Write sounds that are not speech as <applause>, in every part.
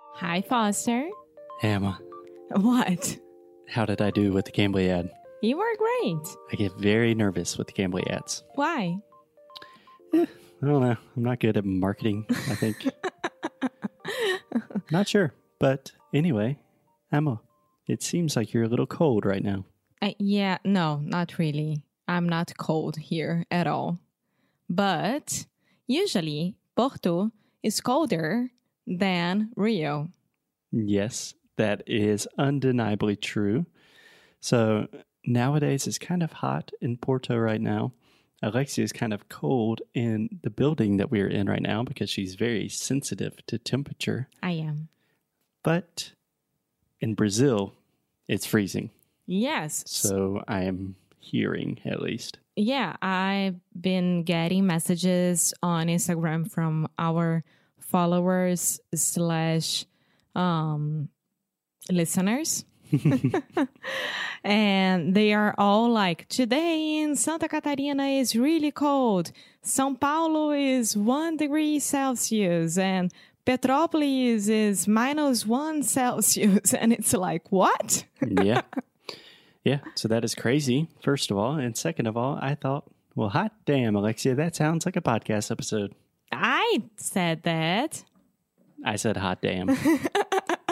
Hi, Foster. Emma, What? how did I do with the Cambly ad? You were great. I get very nervous with the Cambly ads. Why? I don't know. I'm not good at marketing, I think. not sure. But anyway, Emma, it seems like you're a little cold right now. Uh, yeah, no, not really. I'm not cold here at all. But usually, Porto is colder than Rio. Yes, that is undeniably true. So nowadays it's kind of hot in Porto right now. Alexia is kind of cold in the building that we are in right now because she's very sensitive to temperature. I am. But in Brazil, it's freezing. Yes. So I am hearing at least. Yeah, I've been getting messages on Instagram from our followers slash um, listeners, <laughs> and they are all like, "Today in Santa Catarina is really cold. São Paulo is one degree Celsius, and Petrópolis is minus one Celsius." <laughs> And it's like, what? <laughs> yeah. Yeah. So that is crazy, first of all. And second of all, I thought, well, hot damn, Alexia, that sounds like a podcast episode. I said that. I said <laughs> hot damn.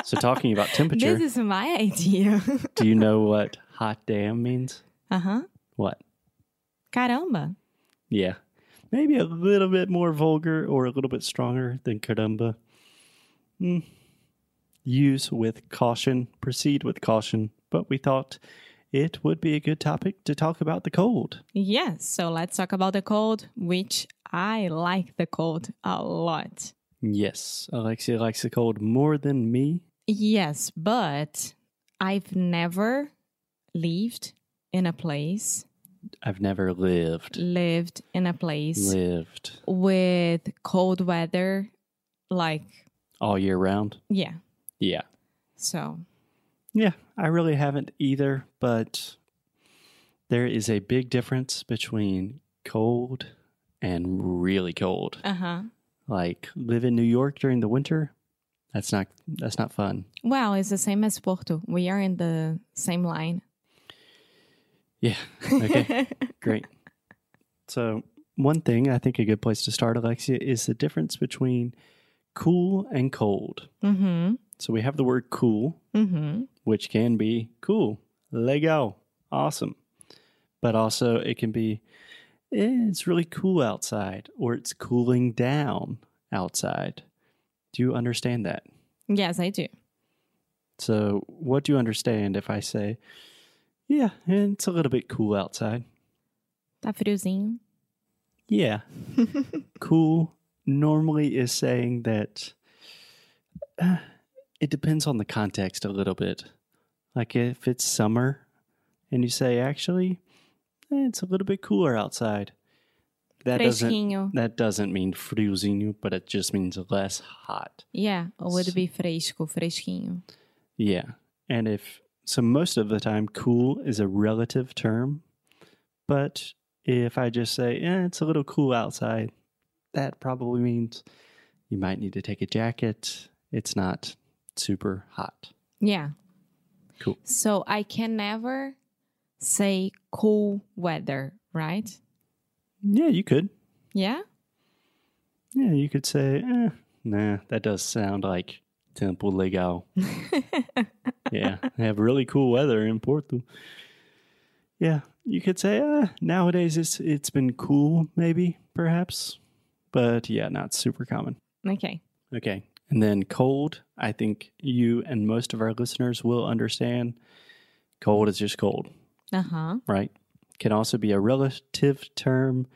so talking about temperature, This is my <laughs> idea. do you know what hot damn means? uh huh. What? Caramba. Yeah. Maybe a little bit more vulgar or a little bit stronger than caramba. Hmm. Use with caution, proceed with caution, but we thought it would be a good topic to talk about the cold. Yes, so let's talk about the cold, which I like the cold a lot. Yes, Alexia likes the cold more than me. Yes, but I've never lived in a place, I've never lived. lived in a place Lived with cold weather. Like, all year round. yeah. Yeah. So, Yeah, I really haven't either, but there is a big difference between cold and really cold. uh huh. Like live in New York during the winter, that's not that's not fun. Well, it's the same as Porto. We are in the same line. Yeah. <laughs> Okay. Great. So, one thing I think a good place to start Alexia is the difference between cool and cold. mm So we have the word cool, hmm. Mm hmm. which can be cool, Lego, awesome. But also, it can be, "Eh, it's really cool outside, or it's cooling down outside. Do you understand that? Yes, I do. So, what do you understand if I say, yeah, it's a little bit cool outside? Tá friozinho. Yeah. cool normally is saying that uh, it depends on the context a little bit. Like if it's summer and you say, actually, eh, it's a little bit cooler outside. That doesn't Fresquinho. that doesn't mean friozinho, but it just means less hot. Yeah, it would be fresco, fresquinho. Yeah. And if so most of the time cool is a relative term, but if I just say, eh, it's a little cool outside, that probably means you might need to take a jacket. It's not super hot. Yeah. Cool. So I can never say cool weather, right? Yeah, you could. Yeah. <laughs> Yeah, you could say, eh, nah, that does sound like Temple Legal. yeah, they have really cool weather in Porto. Yeah, you could say uh, nowadays it's it's been cool, maybe perhaps, but yeah, not super common. Okay. Okay, and then cold. I think you and most of our listeners will understand. Cold is just cold, Uh huh. right? Can also be a relative term,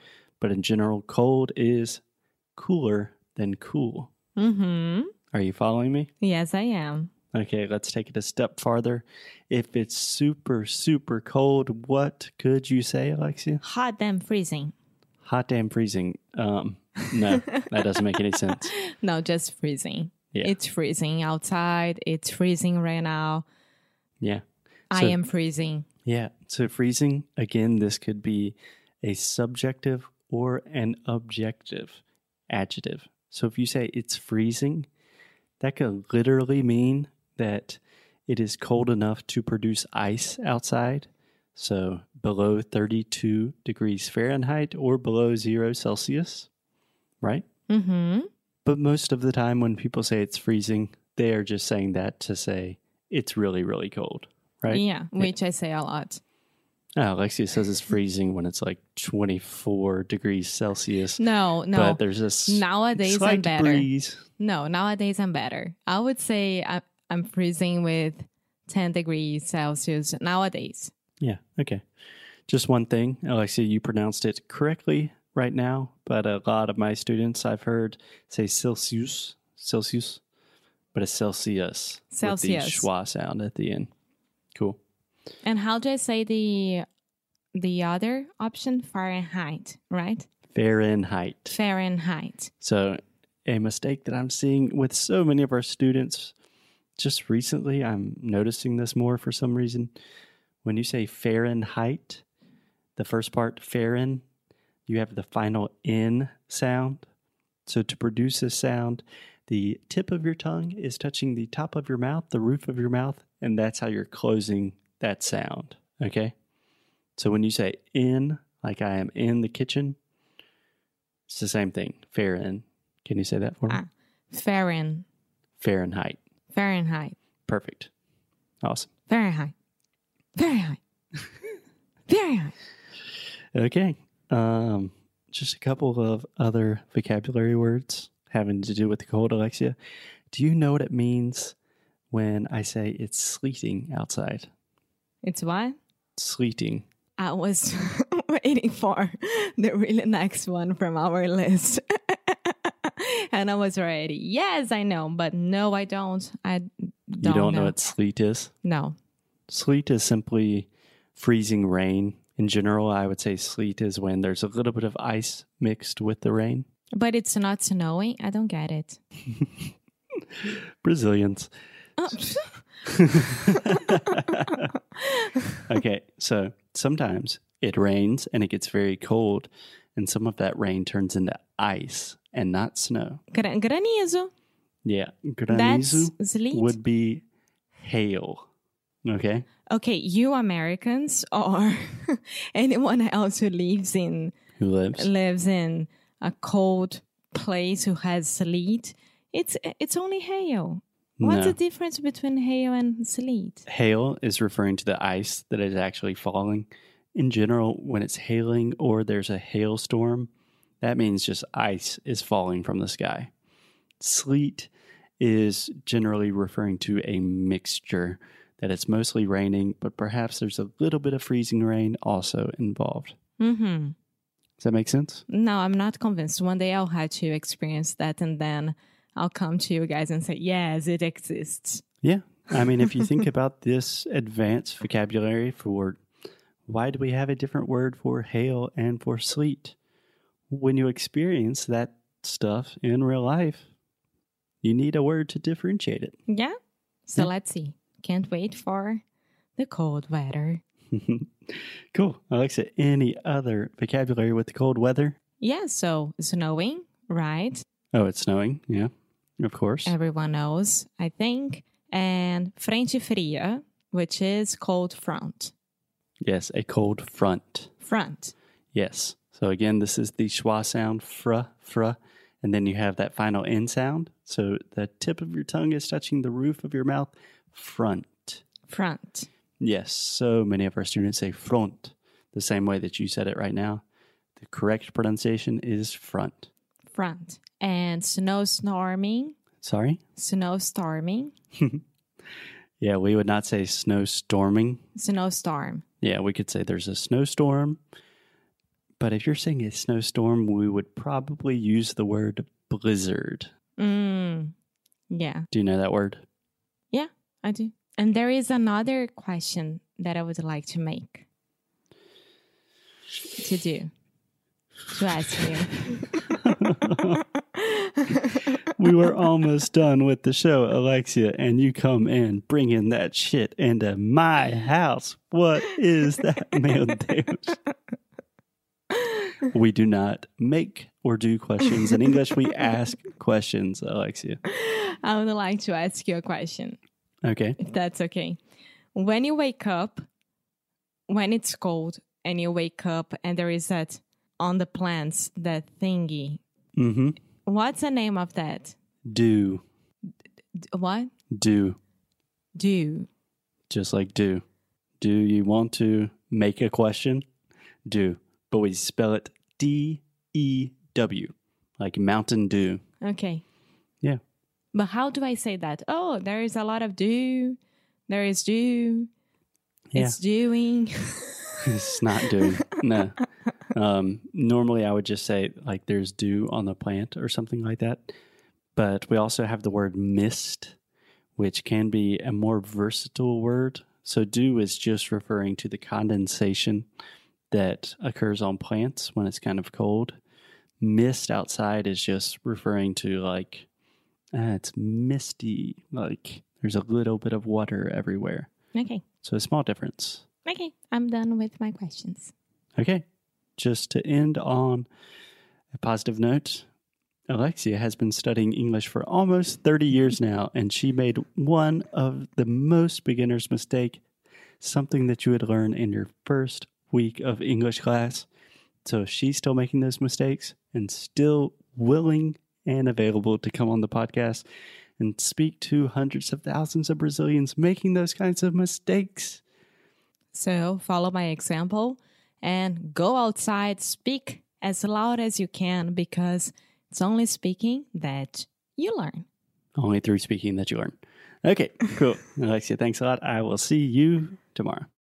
but in general, cold is cooler than cool. Mm hmm. Are you following me? Yes, I am. Okay, let's take it a step farther. If it's super, super cold, what could you say, Alexia? Hot damn freezing. Hot damn freezing. Um, no, that doesn't make any <laughs> sense. No, just freezing. Yeah. It's freezing outside. It's freezing right now. Yeah. I So- am freezing. Yeah. So freezing, again, this could be a subjective or an objective adjective. So if you say it's freezing, That could literally mean that it is cold enough to produce ice outside. So below 32 degrees Fahrenheit or below zero Celsius, right? Mm-hmm. But most of the time when people say it's freezing, they are just saying that to say it's really, really cold, right? Yeah, which I say a lot. Oh, Alexia says it's freezing when it's like 24 degrees Celsius. No, no. But there's this Nowadays I'm slight better. breeze. No, nowadays I'm better. I would say I- I'm freezing with 10 degrees Celsius nowadays. Yeah. Okay. Just one thing, Alexia, you pronounced it correctly right now, but a lot of my students I've heard say Celsius, Celsius, but it's Celsius. With the Celsius. schwa sound at the end. Cool. And how do I say the the other option? Fahrenheit, right? Fahrenheit. Fahrenheit. So, a mistake that I'm seeing with so many of our students just recently, I'm noticing this more for some reason. When you say Fahrenheit, the first part, Fahren, you have the final N sound. So, to produce this sound, the tip of your tongue is touching the top of your mouth, the roof of your mouth, and that's how you're closing that sound. Okay. So, when you say in, like I am in the kitchen, it's the same thing. Fahren. Can you say that for me? Ah. Fahren. Fahrenheit. Fahrenheit. Perfect. Awesome. Fahrenheit. Fahrenheit. Fahrenheit. Okay. Um, just a couple of other vocabulary words having to do with the cold, Alexia. Do you know what it means when I say it's sleeting outside? It's what Sleeting. I was <laughs> waiting for the really next one from our list. <laughs> and I was ready. Yes, I know, but no, I don't. I don't, you don't know. what sleet is? No. Sleet is simply freezing rain. In general, I would say sleet is when there's a little bit of ice mixed with the rain. But it's not snowing. I don't get it. Brazilians. Oh, <laughs> <laughs> okay, so sometimes it rains and it gets very cold, and some of that rain turns into ice and not snow. gran- granizo. Yeah, That's granizo sleet. would be hail. Okay, Okay, you Americans or <laughs> anyone else who lives in who lives? lives in a cold place who has sleet, it's it's only hail. What's No. the difference between hail and sleet? Hail is referring to the ice that is actually falling. In general, when it's hailing or there's a hailstorm, that means just ice is falling from the sky. Sleet is generally referring to a mixture that it's mostly raining, but perhaps there's a little bit of freezing rain also involved. Mm-hmm. Does that make sense? No, I'm not convinced. One day I'll have to experience that, and then I'll come to you guys and say, "Yes, it exists." Yeah. I mean, if you think about this advanced vocabulary for why do we have a different word for hail and for sleet? When you experience that stuff in real life, you need a word to differentiate Yeah. So Yeah. let's see. Can't wait for the cold weather. it. <laughs> cool. Alexa, any other vocabulary with the cold weather? Yeah. So snowing, right? Oh, it's snowing. Yeah. Of course. everyone knows, I think, and frente fria, which is cold front. Yes, a cold front. Front. Yes. So again, this is the schwa sound, fr, fr, and then you have that final n sound. So the tip of your tongue is touching the roof of your mouth, front. Front. Yes, so many of our students say front the same way that you said it right now. The correct pronunciation is front. Front. And snowstorming. Sorry? Snowstorming. Yeah, we would not say snowstorming. Snowstorm. Yeah, we could say there's a snowstorm. But if you're saying a snowstorm, we would probably use the word blizzard. Mm. Yeah, Do you know that word? I do. And there is another question that I would like to make. To do. To ask you. <laughs> we were almost done with the show, Alexia, and you come in bringing that shit into <laughs> my house. What is that, meu Deus? we do not make or do questions. In English, we ask questions, Alexia. <laughs> I would like to ask you a question, Okay. if that's okay. When you wake up, when it's cold and you wake up and there is that on the plants, that thingy, Mm-hmm. what's the name of that? Do, D- What? do, Do. just like do. Do you want to make a question? Do. But we spell it D E W, like Mountain Dew. Okay. Yeah. But how do I say that? Oh, there is a lot of do. There is do. Yeah. It's doing. <laughs> It's not dew. no. Um, normally, I would just say like there's dew on the plant or something like that. But we also have the word mist, which can be a more versatile word. So dew is just referring to the condensation that occurs on plants when it's kind of cold. Mist outside is just referring to like ah, it's misty, like there's a little bit of water everywhere. okay. So a small difference. Okay. I'm done with my questions. Okay. Just to end on a positive note, Alexia has been studying English for almost 30 years now, and she made one of the most beginner's mistake, something that you would learn in your first week of English class. So she's still making those mistakes and still willing and available to come on the podcast and speak to hundreds of thousands of Brazilians making those kinds of mistakes. So follow my example and go outside, speak as loud as you can because it's only speaking that you learn. Only through speaking that you learn. Okay, cool. Alexia, thanks a lot. I will see you tomorrow.